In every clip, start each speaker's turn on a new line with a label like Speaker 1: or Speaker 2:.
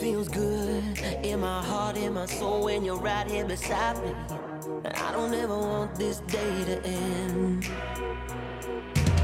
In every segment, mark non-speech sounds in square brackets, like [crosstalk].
Speaker 1: feels good in my heart, in my soul when you're right here beside me. I don't ever want this day to end.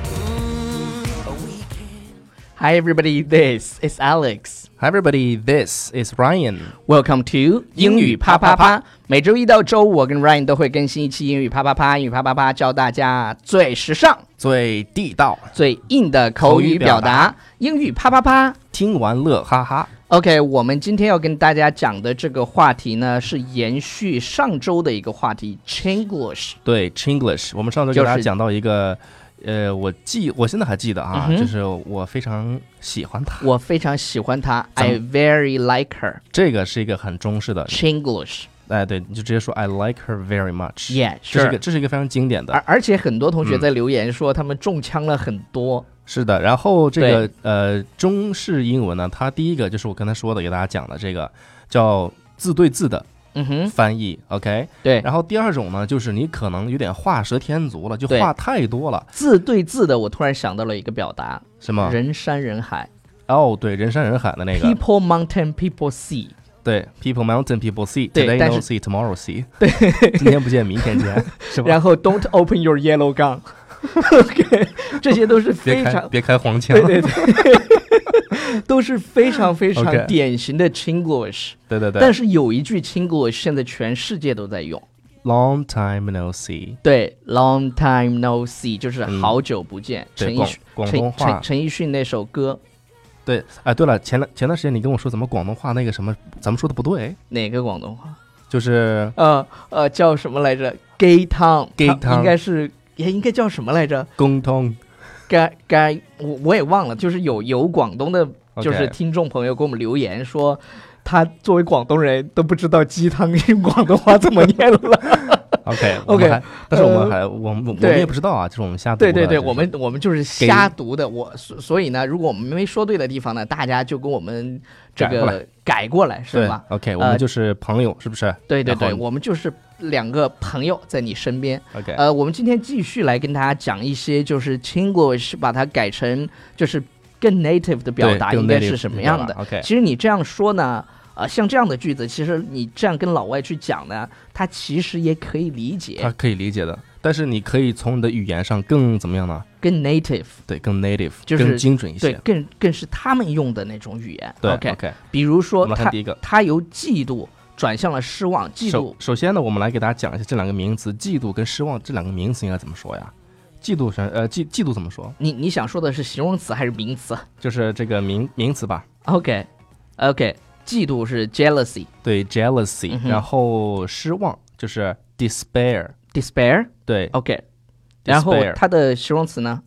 Speaker 1: Mm, we can.
Speaker 2: Hi everybody, this is Alex.
Speaker 3: Hi everybody, this is Ryan。
Speaker 2: Welcome to 英语啪啪啪。每周一到周五，我跟 Ryan 都会更新一期英语啪啪啪。英语啪啪啪教大家最时尚、
Speaker 3: 最地道，
Speaker 2: 最硬的口语表达。英语啪啪啪。
Speaker 3: 听完乐哈哈。
Speaker 2: OK，我们今天要跟大家讲的这个话题呢，是延续上周的一个话题 Chinglish。
Speaker 3: 对，Chinglish，我们上周给大
Speaker 2: 就
Speaker 3: 家
Speaker 2: 是
Speaker 3: 讲到一个，呃，我记，我现在还记得啊，
Speaker 2: 嗯哼
Speaker 3: 就是我非常喜欢它，
Speaker 2: 我非常喜欢她
Speaker 3: 咱
Speaker 2: ，I
Speaker 3: 们
Speaker 2: very like her。
Speaker 3: 这个是一个很中式的，
Speaker 2: Chinglish，
Speaker 3: 哎，对，你就直接说 I like her very much。
Speaker 2: Yeah，
Speaker 3: 这是
Speaker 2: sure
Speaker 3: 一
Speaker 2: 啊嗯
Speaker 3: 个这是一个非常经典的
Speaker 2: 而，而且很多同学在留言说他们中枪了很多。
Speaker 3: 是的。然后这个呃中式英文呢，它第一个就是我刚才说的，给大家讲的这个叫字对字的
Speaker 2: 嗯哼，
Speaker 3: 翻译，OK。
Speaker 2: 对，
Speaker 3: 然后第二种呢，就是你可能有点画蛇添足了，就
Speaker 2: 对
Speaker 3: 画太多了，
Speaker 2: 字对字的，我突然想到了一个表达，
Speaker 3: 是吗？
Speaker 2: 人山人海、
Speaker 3: 哦，对，人山人海的那个
Speaker 2: p e o，p l e mountain, people sea。
Speaker 3: 对，people mountain people sea
Speaker 2: 对
Speaker 3: today
Speaker 2: 但是
Speaker 3: no see
Speaker 2: [laughs]
Speaker 3: tomorrow see，对，今天不见明天见，是吧？
Speaker 2: 然后 don't open your yellow gun。OK，这些都是非
Speaker 3: 别开
Speaker 2: 常。
Speaker 3: 别开黄腔，
Speaker 2: 对对对，都是非常非常
Speaker 3: OK
Speaker 2: 典型的 Chinglish，、
Speaker 3: 对对对
Speaker 2: 但是有一句 Chinglish 现在全世界都在用，
Speaker 3: long time no see，
Speaker 2: 对，Long time no see 就是好久不见，
Speaker 3: 嗯对
Speaker 2: 陈奕迅
Speaker 3: 广广
Speaker 2: 陈
Speaker 3: 东话
Speaker 2: 陈陈奕迅那首歌
Speaker 3: 对，哎，对了，前两前段时间你跟我说怎么广东话那个什么，咱们说的不对，
Speaker 2: 哪个广东话？
Speaker 3: 就是
Speaker 2: 呃呃，叫什么来着？Gay Town，
Speaker 3: 嗯 Gay
Speaker 2: 它
Speaker 3: Town
Speaker 2: 应该是也应该叫什么来着？
Speaker 3: 沟通，
Speaker 2: 该该我我也忘了，就是有有广东的，
Speaker 3: OK
Speaker 2: 就是听众朋友给我们留言说。他作为广东人都不知道鸡汤用广东话怎么念
Speaker 3: [laughs]
Speaker 2: 了。
Speaker 3: OK
Speaker 2: [laughs]
Speaker 3: 我们
Speaker 2: OK，
Speaker 3: 还但是我们
Speaker 2: 呃
Speaker 3: 还我们我
Speaker 2: 对
Speaker 3: 们也不知道啊，就是我们瞎读
Speaker 2: 对对
Speaker 3: 的
Speaker 2: 对，
Speaker 3: 就是
Speaker 2: 我们我们就是瞎读的。我所所以呢，如果我们没说对的地方呢，大家就跟我们这
Speaker 3: 改过
Speaker 2: 个改过来，是
Speaker 3: 对
Speaker 2: 吧？
Speaker 3: OK，
Speaker 2: 呃
Speaker 3: 我们就是朋友，是不是？
Speaker 2: 对对对，
Speaker 3: 然后
Speaker 2: 我们就是两个朋友在你身边。
Speaker 3: OK，
Speaker 2: 呃，我们今天继续来跟大家讲一些，就是 Chinglish 把它改成就是更 native 的表
Speaker 3: 对
Speaker 2: 达
Speaker 3: 更
Speaker 2: 应该
Speaker 3: native
Speaker 2: 是什么样
Speaker 3: 的
Speaker 2: 的
Speaker 3: 表。达，OK
Speaker 2: 其实你这样说呢，呃，像这样的句子，其实你这样跟老外去讲呢，他其实也可以理
Speaker 3: 他
Speaker 2: 解，
Speaker 3: 可以理解的，但是你可以从你的语言上更怎么样呢？
Speaker 2: 更 native，
Speaker 3: 对，更 native，
Speaker 2: 就是
Speaker 3: 更精准一
Speaker 2: 对
Speaker 3: 些，。
Speaker 2: 更更是他们用的那种语言。
Speaker 3: 对
Speaker 2: OK，
Speaker 3: OK，
Speaker 2: 比如说
Speaker 3: 我们看
Speaker 2: 他
Speaker 3: 第一个
Speaker 2: 他由嫉妒转向了失望，嫉妒
Speaker 3: 首首先呢，我们来给大家讲一下这两个名词，嫉妒跟失望这两个名词应该怎么说呀？嫉妒是呃嫉嫉妒怎么说？
Speaker 2: 你你想说的是形容词还是名词 [laughs]
Speaker 3: 就是这个名名词吧。
Speaker 2: ？OK，OK，、嫉妒是 jealousy、
Speaker 3: 对，jealousy，、
Speaker 2: 嗯哼
Speaker 3: 然后失望就是 despair。
Speaker 2: despair。
Speaker 3: 对，
Speaker 2: OK，然后
Speaker 3: Despair
Speaker 2: 它的形容词呢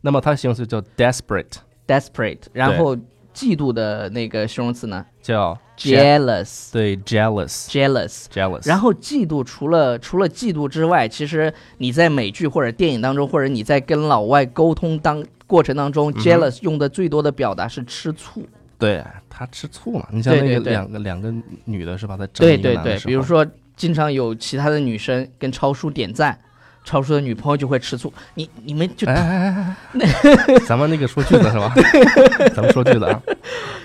Speaker 3: 那么它的形容词叫 desperate，
Speaker 2: ，desperate，然后嫉妒的那个形容词呢
Speaker 3: 叫 je-
Speaker 2: ，jealous，jealous。
Speaker 3: 对 jealous，jealous。jealous
Speaker 2: 然后嫉妒除了除了嫉妒之外，其实你在美剧或者电影当中，或者你在跟老外沟通当过程当中、j e a l o u s 用的最多的表达是吃醋。
Speaker 3: 对他吃醋了，你像那个
Speaker 2: 对对对
Speaker 3: 两个两个女的是吧，在整
Speaker 2: 对
Speaker 3: 一个
Speaker 2: 对
Speaker 3: 男的
Speaker 2: 对，
Speaker 3: 时
Speaker 2: 比如
Speaker 3: 候
Speaker 2: 说经常有其他的女生跟超叔点赞，超叔的女朋友就会吃醋。你你们就
Speaker 3: 哎哎哎哎哎，咱们那个说句子是吧？咱们说句子啊，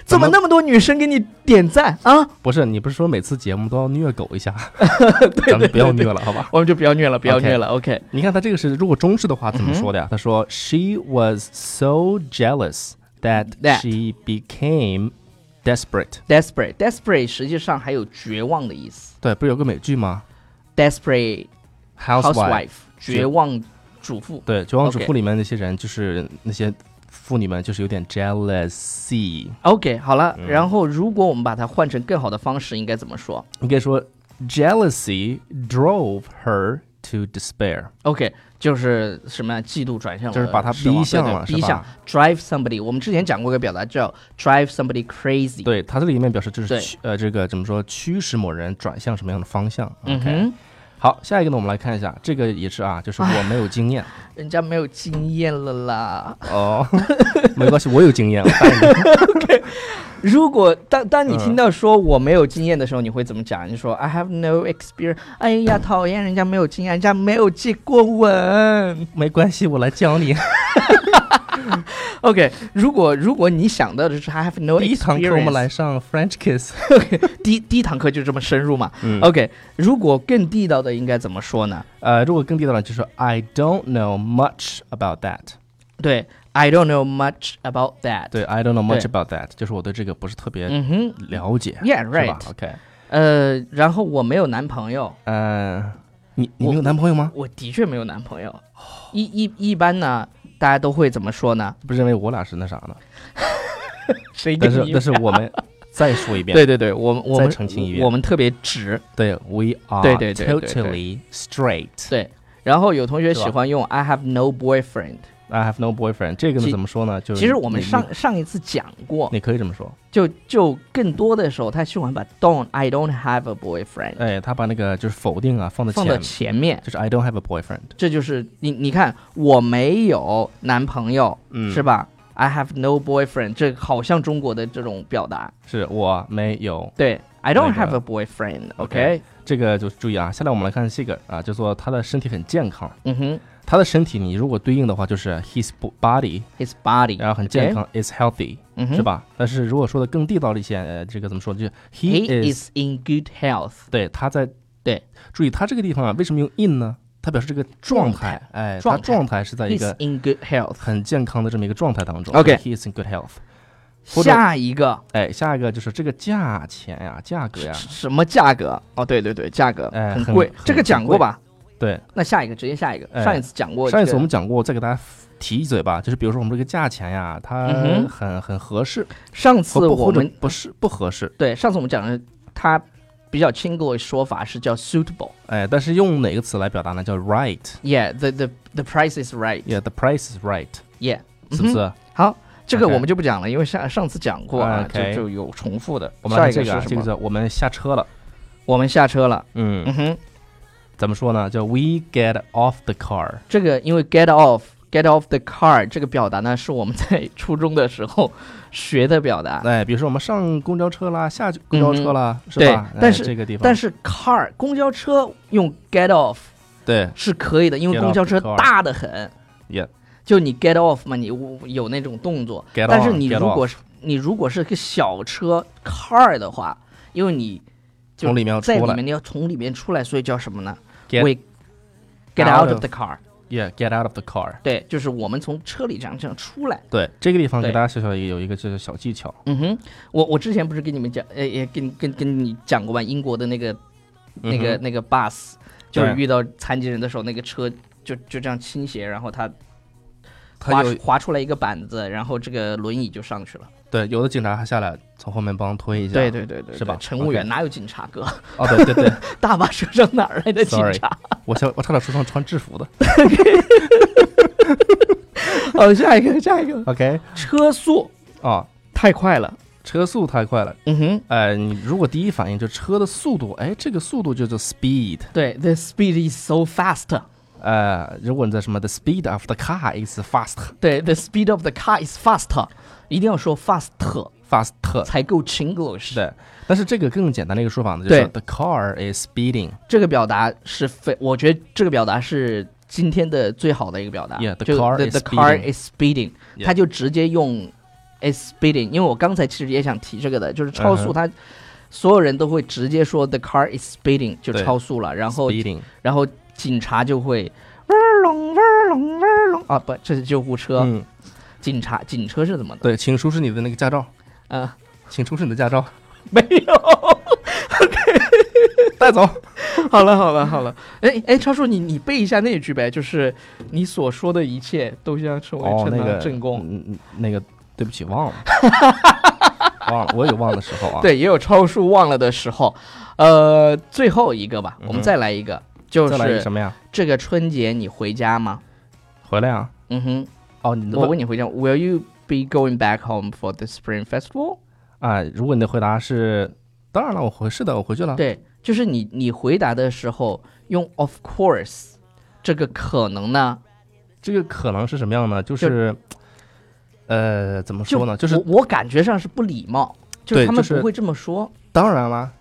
Speaker 2: 怎么
Speaker 3: 咱们
Speaker 2: 那么多女生给你点赞啊？
Speaker 3: 不是你不是说每次节目都要虐狗一下？咱们不要虐了，好吧？
Speaker 2: 我们就不要虐了，不要
Speaker 3: OK
Speaker 2: 虐了。OK，
Speaker 3: 你看他这个是，如果中式的话怎么说的呀？他说，She was so jealous that,
Speaker 2: That.
Speaker 3: she became desperate。
Speaker 2: desperate desperate 实际上还有绝望的意思
Speaker 3: 对，不是有个美剧吗
Speaker 2: ，desperate
Speaker 3: ？Housewife。
Speaker 2: 绝望主妇。
Speaker 3: 对，《绝望主
Speaker 2: OK
Speaker 3: 妇》里面那些人就是那些妇女们，就是有点 jealousy。
Speaker 2: OK，好了，然后如果我们把它换成更好的方式，应该怎么说
Speaker 3: 你可以说，jealousy drove her to despair。
Speaker 2: ？OK，就是什么呀？嫉妒转向了
Speaker 3: 就是把它
Speaker 2: 失望
Speaker 3: 逼向
Speaker 2: 对对
Speaker 3: 了是
Speaker 2: 逼向
Speaker 3: 吧
Speaker 2: drive somebody。我们之前讲过一个表达叫 drive somebody crazy。
Speaker 3: 对，它这里面表示就
Speaker 2: 对
Speaker 3: 是驱呃，这个怎么说，驱使某人转向什么样的方向。
Speaker 2: 嗯
Speaker 3: OK，、
Speaker 2: 哼，
Speaker 3: 好，下一个呢，我们来看一下，这个也是
Speaker 2: [laughs]
Speaker 3: 啊，就是我没有经验
Speaker 2: 人家没有经验了啦。
Speaker 3: 哦， [laughs] 没关系，我有经验，我啊带你。
Speaker 2: [laughs] 如果当当你听到说我没有经验的时候，你会怎么讲？你说 I have no experience。哎呀，讨厌，人家没有经验，人家没有结过吻。
Speaker 3: 没关系，我来教你。
Speaker 2: OK，如果如果你想到的是 I have no
Speaker 3: 第一堂课我们
Speaker 2: experience，
Speaker 3: 来上 French Kiss，
Speaker 2: [laughs] 第第一堂课就这么深入嘛
Speaker 3: 嗯
Speaker 2: ？OK，如果更地道的应该怎么说呢？
Speaker 3: 呃，如果更地道了，就说 I don't know much about that。
Speaker 2: 对，I don't know much about that。，
Speaker 3: 对，I don't know
Speaker 2: 对
Speaker 3: much about that，就是我对这个不是特别
Speaker 2: 嗯哼
Speaker 3: 了解，
Speaker 2: ，Yeah
Speaker 3: 是吧
Speaker 2: right。
Speaker 3: ？OK，
Speaker 2: 呃，然后我没有男朋友，
Speaker 3: 嗯，你你
Speaker 2: 我
Speaker 3: 没有男朋友吗？
Speaker 2: 我的确没有男朋友。一一一般呢，大家都会怎么说呢？
Speaker 3: 不认为我俩是那啥呢？
Speaker 2: 谁
Speaker 3: 但
Speaker 2: 跟
Speaker 3: 是
Speaker 2: 你
Speaker 3: 但是
Speaker 2: [laughs]
Speaker 3: 我们再说一遍，
Speaker 2: 对对对，我们我
Speaker 3: 再
Speaker 2: 们
Speaker 3: 澄清一遍
Speaker 2: 我们特别直。
Speaker 3: 对，We are
Speaker 2: 对对对对对
Speaker 3: totally straight。
Speaker 2: 对，然后有同学
Speaker 3: 是吧
Speaker 2: 喜欢用 I have no boyfriend。
Speaker 3: I have no boyfriend，这个呢
Speaker 2: 其
Speaker 3: 怎么说呢？就是
Speaker 2: 其实我们
Speaker 3: 你
Speaker 2: 上上一次讲过
Speaker 3: 你，可以这么说，
Speaker 2: 就就更多的时候，他喜欢把 don't I don't have a boyfriend
Speaker 3: 哎，他把那个就是否定啊放在
Speaker 2: 放
Speaker 3: 前
Speaker 2: 到
Speaker 3: 面，
Speaker 2: 前面，
Speaker 3: 就是 I don't have a boyfriend，
Speaker 2: 这就是你你看我没有男朋友
Speaker 3: 嗯，
Speaker 2: 是吧？I have no boyfriend，这好像中国的这种表达。
Speaker 3: 是我没有
Speaker 2: 对，I don't
Speaker 3: 那
Speaker 2: have
Speaker 3: 个
Speaker 2: a boyfriend。OK，
Speaker 3: OK 这个就注意啊。下来我们来看这个啊，就说他的身体很健康，
Speaker 2: 嗯哼
Speaker 3: 他的身体你如果对应的话就是 his bo- body，
Speaker 2: ，his body，
Speaker 3: 然后很健，康，is healthy，
Speaker 2: 嗯哼，
Speaker 3: 是？吧？但是如果说的更地道了一些，呃，这个怎么说呢？就是
Speaker 2: He
Speaker 3: he is，
Speaker 2: is in good health。
Speaker 3: 对，他在
Speaker 2: 对，
Speaker 3: 注意他这个地方啊，为什么用 in 呢？它表示这个状
Speaker 2: 状态
Speaker 3: 态，哎，
Speaker 2: 状
Speaker 3: 他
Speaker 2: 态
Speaker 3: 状态是在一
Speaker 2: He's
Speaker 3: 个
Speaker 2: in good health。
Speaker 3: 很健康的这么一个状态当中。
Speaker 2: OK
Speaker 3: he is in good health。或者
Speaker 2: 下一个
Speaker 3: 哎，下一个就是这个价钱呀、价
Speaker 2: [laughs]
Speaker 3: 格呀、
Speaker 2: 是什么价格？哦，对对对，价格
Speaker 3: 啊哎
Speaker 2: 很
Speaker 3: 很
Speaker 2: 贵
Speaker 3: 很，
Speaker 2: 这个讲过吧？
Speaker 3: 对，
Speaker 2: 那下一个直接下一个，
Speaker 3: 哎
Speaker 2: 上一次讲过这
Speaker 3: 上
Speaker 2: 个，
Speaker 3: 一次我们讲过，再给大家提一嘴吧，就是比如说我们这个价钱呀，它
Speaker 2: 嗯哼
Speaker 3: 很、很合适，
Speaker 2: 上
Speaker 3: 或
Speaker 2: 次
Speaker 3: 不
Speaker 2: 我
Speaker 3: 或者
Speaker 2: 们
Speaker 3: 不是不合适，
Speaker 2: 对上次我们讲的，它比较 Chinglish 说法是叫 suitable，yeah
Speaker 3: 哎，但是用哪个词来表达呢？叫 right，yeah，the
Speaker 2: the the the price is right，yeah
Speaker 3: price is right，
Speaker 2: 嗯哼
Speaker 3: 是不是？
Speaker 2: 好，这个
Speaker 3: OK
Speaker 2: 我们就不讲了，因为上上次讲过啊，就
Speaker 3: OK
Speaker 2: 就有重复的。
Speaker 3: 我们
Speaker 2: 下
Speaker 3: 来
Speaker 2: 一
Speaker 3: 看这
Speaker 2: 是
Speaker 3: 个啊，
Speaker 2: 什
Speaker 3: 这个
Speaker 2: 么？
Speaker 3: 叫我们下车了，
Speaker 2: 我们下车了，
Speaker 3: 嗯
Speaker 2: 嗯，哼，
Speaker 3: 怎么说呢？叫 we get off the car，
Speaker 2: 这个因为 get off。Get off the car 这个表达呢，是我们在初中的时候学的表达，
Speaker 3: 哎，比如说我们上公交车啦，下公交车啦，是吧？
Speaker 2: 对但
Speaker 3: 哎
Speaker 2: 是
Speaker 3: 这个地方，
Speaker 2: 但
Speaker 3: 是
Speaker 2: 是 car 公交车用 get off
Speaker 3: 对
Speaker 2: 是可以的，因为
Speaker 3: Get
Speaker 2: 公交车
Speaker 3: off the car
Speaker 2: 大的很。
Speaker 3: Yeah
Speaker 2: 就你 get off 嘛，你有那种动作。
Speaker 3: Get
Speaker 2: 但是
Speaker 3: on,
Speaker 2: 你
Speaker 3: get
Speaker 2: 如果是你如果是个小车 car 的话，因为你就
Speaker 3: 从里面要出
Speaker 2: 在里
Speaker 3: 来
Speaker 2: 面你要从里面出来，所以叫什么呢
Speaker 3: Get
Speaker 2: We get
Speaker 3: out
Speaker 2: out of
Speaker 3: of
Speaker 2: the car。
Speaker 3: ，yeah，get out of the car。
Speaker 2: 对，就是我们从车里这样这样出来。
Speaker 3: 对这个地方给
Speaker 2: 对
Speaker 3: 大家小小有一个这个小技巧，
Speaker 2: 嗯哼，我我之前不是跟你们讲，呃，也跟跟跟你讲过吧，英国的那个那
Speaker 3: 嗯
Speaker 2: 个、那个 bus，就是
Speaker 3: 对
Speaker 2: 遇到残疾人的时候，那个车就就这样倾斜，然后他
Speaker 3: 他
Speaker 2: 划
Speaker 3: 有
Speaker 2: 划出来一个板子，然后这个轮椅就上去了。
Speaker 3: 对，有的警察还下来从后面帮推一下。
Speaker 2: 对对对对，
Speaker 3: 是吧
Speaker 2: 对乘务员
Speaker 3: OK
Speaker 2: 哪有警察哥？ [laughs]
Speaker 3: 哦，对对 [laughs] 对，
Speaker 2: 大巴车上哪儿来的警
Speaker 3: Sorry
Speaker 2: 察？
Speaker 3: 我想我差点说成穿制服 [laughs] 的。
Speaker 2: 哦，下一个下一个，
Speaker 3: OK，
Speaker 2: 车速
Speaker 3: 啊，
Speaker 2: 太快了。
Speaker 3: 车速太快了。
Speaker 2: 嗯哼，
Speaker 3: 哎，你如果第一反应就车的速度，哎，这个速度就叫做 speed。
Speaker 2: 对，the speed is so fast。
Speaker 3: 呃，如果你在什么 the speed of the car is fast
Speaker 2: 对，the speed of the car is fast。一定要说 fast
Speaker 3: fast。
Speaker 2: 才够 English。
Speaker 3: 对，但是这个更简单的一个说法呢，就
Speaker 2: 对
Speaker 3: 是 the car is speeding。
Speaker 2: 这个表达是非，我觉得这个表达是今天的最好的一个表达。
Speaker 3: Yeah, the
Speaker 2: 就
Speaker 3: car
Speaker 2: the,
Speaker 3: is
Speaker 2: the car
Speaker 3: speeding.
Speaker 2: is speeding，
Speaker 3: Yeah.
Speaker 2: 他就直接用 is speeding，因为我刚才其实也想提这个的，就是超
Speaker 3: 嗯
Speaker 2: 速
Speaker 3: 哼
Speaker 2: 它。所有人都会直接说 the car is speeding 就
Speaker 3: 对
Speaker 2: 超速了，然后
Speaker 3: speeding，
Speaker 2: 然后警察就会嗡儿隆嗡儿隆嗡儿隆啊不，这是救护车，
Speaker 3: 嗯，
Speaker 2: 警察警车是怎么的？
Speaker 3: 对，请出示你的那个驾照，
Speaker 2: 嗯、
Speaker 3: 请出示你的驾照，
Speaker 2: [laughs] 没有。
Speaker 3: 带走。
Speaker 2: [laughs] 好了好了好了，哎哎，超叔你你背一下那句呗，就是你所说的一切都将成为
Speaker 3: 哦，
Speaker 2: 正
Speaker 3: 那
Speaker 2: 当
Speaker 3: 个
Speaker 2: 正宫。
Speaker 3: 嗯嗯，那个对不起，
Speaker 2: [laughs]
Speaker 3: 忘了，忘了，我有忘的时候啊。，
Speaker 2: 对，也有超叔忘了的时候。呃，最后一个吧，我
Speaker 3: 嗯哼
Speaker 2: 们再来一个，就
Speaker 3: 再来一个
Speaker 2: 是
Speaker 3: 什么呀？
Speaker 2: 这个春节你回家吗？
Speaker 3: 回来啊。
Speaker 2: 嗯哼，
Speaker 3: 哦，你的
Speaker 2: 我问你回家，Will you be going back home for the Spring Festival？
Speaker 3: 啊，如果你的回答是当然了，我回是的，我回去了。
Speaker 2: 对，就是你你回答的时候用 of course 这个可能呢，
Speaker 3: 这个可能是什么样呢？就是，呃，怎么
Speaker 2: 就
Speaker 3: 说呢？就是
Speaker 2: 我我感觉上是不礼貌，就是
Speaker 3: 对
Speaker 2: 他们
Speaker 3: 就是
Speaker 2: 不会这么说。
Speaker 3: 当然啦，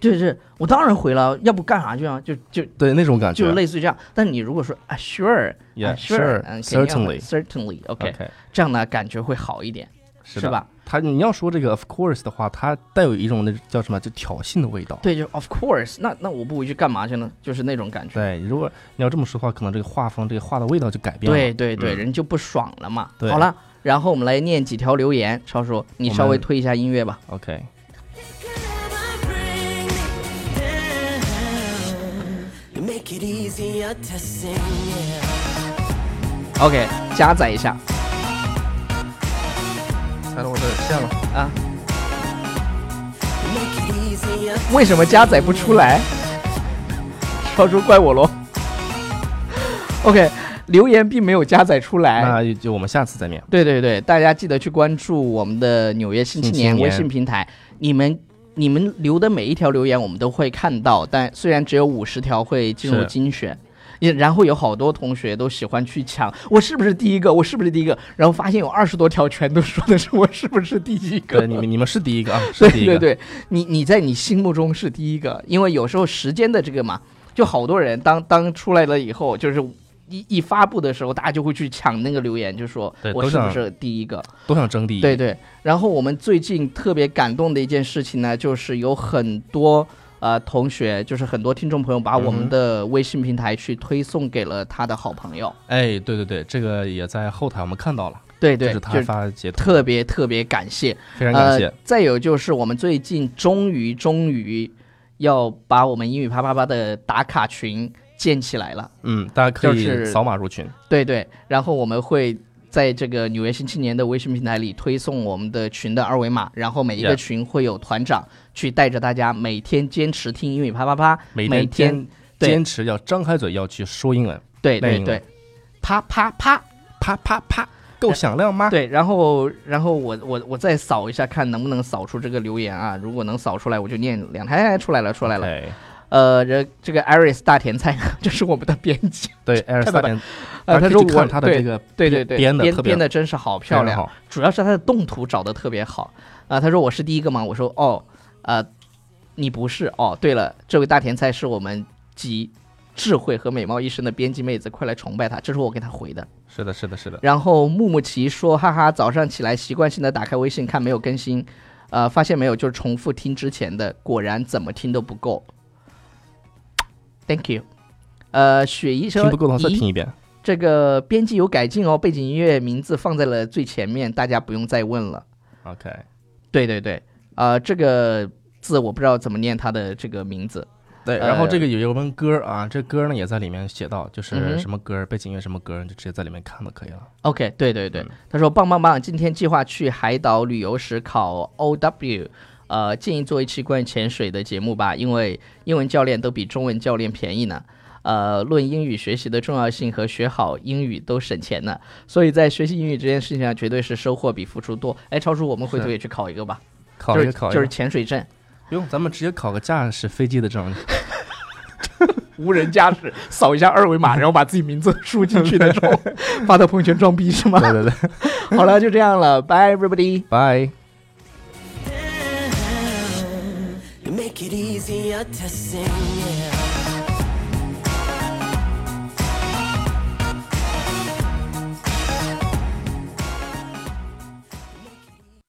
Speaker 2: 对对，我当然回了，要不干啥去啊？就就
Speaker 3: 对那种感觉
Speaker 2: 就。类似于这样。但你如果说啊，sure，啊
Speaker 3: Yeah,
Speaker 2: sure，
Speaker 3: sure,
Speaker 2: 嗯肯定的
Speaker 3: certainly.
Speaker 2: certainly，OK，、
Speaker 3: OK，
Speaker 2: 这样呢感觉会好一点，
Speaker 3: 是
Speaker 2: 是
Speaker 3: 的？
Speaker 2: 吧？
Speaker 3: 他你要说这个 of course 的话，它带有一种那叫什么，就挑衅的味道。
Speaker 2: 对，就是 of course，那那我不回去干嘛去呢？就是那种感觉。
Speaker 3: 对，如果你要这么说的话，可能这个画风、这个画的味道就改变了。
Speaker 2: 对对对，
Speaker 3: 嗯
Speaker 2: 人就不爽了嘛。
Speaker 3: 对
Speaker 2: 好了，然后我们来念几条留言。超叔，你
Speaker 3: 我
Speaker 2: 稍微
Speaker 3: 们
Speaker 2: 推一下音乐吧。
Speaker 3: ，OK，
Speaker 1: You make it easier to sing. Yeah.
Speaker 2: OK，加载一下
Speaker 3: 猜到我的线了。
Speaker 2: 啊。
Speaker 1: You Make it easier.
Speaker 2: 为什么加载不出来？超叔怪我喽。OK，留言并没有加载出来。
Speaker 3: 那就我们下次再面。
Speaker 2: 对对对，大家记得去关注我们的纽约新青
Speaker 3: 新青年
Speaker 2: 微信平台。你们你们留的每一条留言我们都会看到，但虽然只有五十条会进入
Speaker 3: 是
Speaker 2: 精选。也然后有好多同学都喜欢去抢，我是不是第一个？我是不是第一个？然后发现有二十多条全都说的是我是不是第一个？
Speaker 3: 对，你们你们是第
Speaker 2: [laughs]
Speaker 3: 一个啊，是
Speaker 2: 对
Speaker 3: 第一个。
Speaker 2: 对对，你你在你心目中是第一个，因为有时候时间的这个嘛，就好多人当当出来了以后，就是一一发布的时候，大家就会去抢那个留言，就说
Speaker 3: 对
Speaker 2: 我
Speaker 3: 都
Speaker 2: 是不
Speaker 3: 想
Speaker 2: 是第一个？
Speaker 3: 都想争第一。
Speaker 2: 对对。然后我们最近特别感动的一件事情呢，就是有很多。呃，同学就是很多听众朋友把我
Speaker 3: 嗯
Speaker 2: 们
Speaker 3: 哼
Speaker 2: 的微信平台去推送给了他的好朋友，
Speaker 3: 哎，对对对，这个也在后台我们看到了，
Speaker 2: 对
Speaker 3: 这
Speaker 2: 对，
Speaker 3: 是
Speaker 2: 就
Speaker 3: 他
Speaker 2: 是
Speaker 3: 发的截图，
Speaker 2: 特别特别感谢。
Speaker 3: 非常感谢
Speaker 2: 呃。。再有就是我们最近终于终于要把我们英语啪啪啪的打卡群建起来了，
Speaker 3: 嗯，大家可
Speaker 2: 就是
Speaker 3: 以扫码入群。
Speaker 2: 对对，然后我们会。在这个纽约新青年的微信平台里推送我们的群的二维码，然后每一个
Speaker 3: Yeah
Speaker 2: 群会有团长去带着大家每天坚持听英语啪啪啪，
Speaker 3: 每
Speaker 2: 每
Speaker 3: 坚
Speaker 2: 对
Speaker 3: 坚持要张开嘴要去说英文，
Speaker 2: 对
Speaker 3: 练
Speaker 2: 对
Speaker 3: 英文
Speaker 2: 对，啪啪啪，
Speaker 3: 啪啪啪，够响亮吗？
Speaker 2: 对，然后然后我我我再扫一下看能不能扫出这个留言啊，如果能扫出来我就念两台出来了出来了，
Speaker 3: 哎，
Speaker 2: 呃，这这个 Iris 大甜菜 [laughs] 呢，就是我们的编辑，
Speaker 3: 对，艾尔
Speaker 2: 看
Speaker 3: 萨
Speaker 2: 到
Speaker 3: 点，
Speaker 2: 呃，他
Speaker 3: 大家可以
Speaker 2: 说
Speaker 3: 去
Speaker 2: 我
Speaker 3: 看他的这个
Speaker 2: 对对对
Speaker 3: 编
Speaker 2: 编
Speaker 3: 的特别
Speaker 2: 编的真是好漂亮，
Speaker 3: 非常好
Speaker 2: 主要是他的动图找的特别好啊、他说我是第一个吗？我说哦，呃，你不是哦。对了，这位大甜菜是我们集智慧和美貌一身的编辑妹子，快来崇拜她。这是我给她回的。
Speaker 3: 是的，是的，是的，
Speaker 2: 然后木木奇说，哈哈，早上起来习惯性的打开微信看没有更新，呃，发现没有，就是重复听之前的，果然怎么听都不够。Thank you。呃，雪姨说，
Speaker 3: 听不够的话再
Speaker 2: 咦
Speaker 3: 听一遍。
Speaker 2: 这个编辑有改进哦，背景音乐名字放在了最前面，大家不用再问了。
Speaker 3: OK，
Speaker 2: 对对对，呃，这个字我不知道怎么念它的这个名字。
Speaker 3: 对，然后这个有一文歌啊，这歌呢也在里面写到，就
Speaker 2: 呃嗯哼
Speaker 3: 是什么歌、背景音乐什么歌，你就直接在里面看就可以了。
Speaker 2: OK，对对对
Speaker 3: 嗯，
Speaker 2: 他说棒棒棒，今天计划去海岛旅游时考 OW，呃，建议做一期关于潜水的节目吧，因为英文教练都比中文教练便宜呢。呃，论英语学习的重要性和学好英语都省钱呢，所以在学习英语这件事情上，绝对是收获比付出多。哎，超叔，我们回头
Speaker 3: 是
Speaker 2: 也去考一个吧，
Speaker 3: 考
Speaker 2: 就
Speaker 3: 一个，
Speaker 2: 是
Speaker 3: 考一
Speaker 2: 就
Speaker 3: 个
Speaker 2: 是，潜水证，
Speaker 3: 不用，咱们直接考个驾驶飞机的
Speaker 2: [laughs]
Speaker 3: 证。
Speaker 2: 无人驾驶，扫一下二维码，然后把自己名字输进去那种，
Speaker 3: [laughs]
Speaker 2: 发到朋友圈装逼是吗？
Speaker 3: 对对对
Speaker 2: 好了，就这样了，Bye everybody。
Speaker 3: [laughs] ，Bye。
Speaker 1: You make it easier to sing. Yeah.